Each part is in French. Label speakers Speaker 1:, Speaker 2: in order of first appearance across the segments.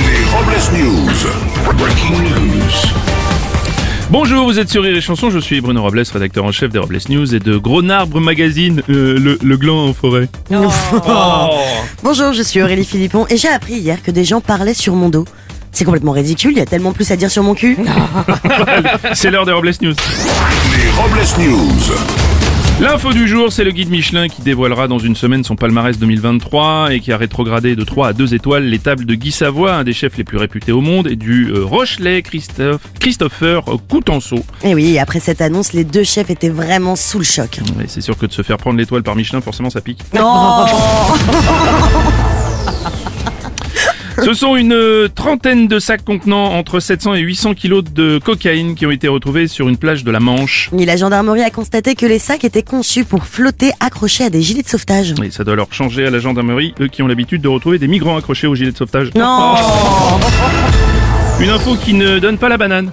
Speaker 1: Flash News. Breaking news.
Speaker 2: Bonjour, vous êtes sur Rire et Chanson, je suis Bruno Robles, rédacteur en chef des Robles News et de Gros Narbre Magazine, euh, le, le gland en forêt.
Speaker 3: Bonjour, je suis Aurélie Philippon et j'ai appris hier que des gens parlaient sur mon dos. C'est complètement ridicule, il y a tellement plus à dire sur mon cul.
Speaker 2: C'est l'heure des Robles News.
Speaker 1: Les Robles News.
Speaker 2: L'info du jour, c'est le guide Michelin qui dévoilera dans une semaine son palmarès 2023 et qui a rétrogradé de 3 à 2 étoiles les tables de Guy Savoie, un des chefs les plus réputés au monde, et du euh, Rochelet Christophe, Christopher Coutenceau.
Speaker 3: Et Eh oui, après cette annonce, les deux chefs étaient vraiment sous le choc.
Speaker 2: Et c'est sûr que de se faire prendre l'étoile par Michelin, forcément ça pique. Ce sont une euh, trentaine de sacs contenant entre 700 et 800 kilos de cocaïne qui ont été retrouvés sur une plage de la Manche.
Speaker 3: Et la gendarmerie a constaté que les sacs étaient conçus pour flotter accrochés à des gilets de sauvetage.
Speaker 2: Et ça doit leur changer à la gendarmerie, eux qui ont l'habitude de retrouver des migrants accrochés aux gilets de sauvetage.
Speaker 3: Non
Speaker 2: Une info qui ne donne pas la banane.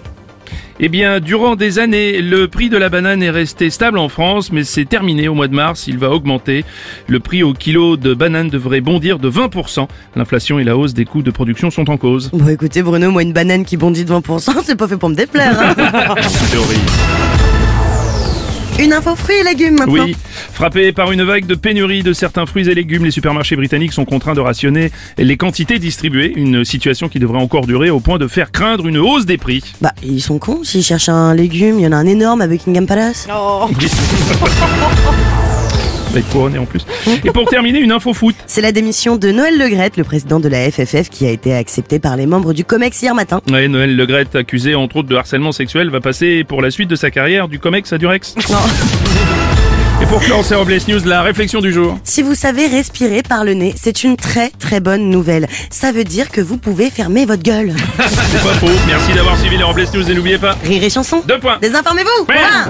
Speaker 2: Eh bien, durant des années, le prix de la banane est resté stable en France, mais c'est terminé au mois de mars, il va augmenter. Le prix au kilo de banane devrait bondir de 20%. L'inflation et la hausse des coûts de production sont en cause.
Speaker 3: Bon écoutez Bruno, moi une banane qui bondit de 20%, c'est pas fait pour me déplaire. hein.
Speaker 2: C'est horrible.
Speaker 3: Une info fruits et légumes maintenant.
Speaker 2: Oui, frappés par une vague de pénurie de certains fruits et légumes, les supermarchés britanniques sont contraints de rationner les quantités distribuées, une situation qui devrait encore durer au point de faire craindre une hausse des prix.
Speaker 3: Bah ils sont cons, s'ils cherchent un légume, il y en a un énorme à Buckingham Palace.
Speaker 2: Avec couronné en plus. Et pour terminer, une info foot.
Speaker 3: C'est la démission de Noël Legrette, le président de la FFF, qui a été acceptée par les membres du COMEX hier matin.
Speaker 2: Ouais, Noël Legrette, accusé entre autres de harcèlement sexuel, va passer pour la suite de sa carrière du Comex à Durex. Et pour clore ces Robles News, la réflexion du jour.
Speaker 3: Si vous savez respirer par le nez, c'est une très très bonne nouvelle. Ça veut dire que vous pouvez fermer votre gueule.
Speaker 2: C'est pas faux. Merci d'avoir suivi les Robles News et n'oubliez pas.
Speaker 3: Rire et chanson.
Speaker 2: Deux points.
Speaker 3: Désinformez-vous.
Speaker 2: Ouais.
Speaker 3: Voilà.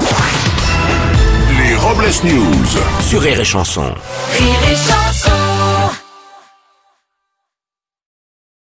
Speaker 1: Les Robles News.
Speaker 4: sur Rire et Chanson.
Speaker 5: Rire et chanson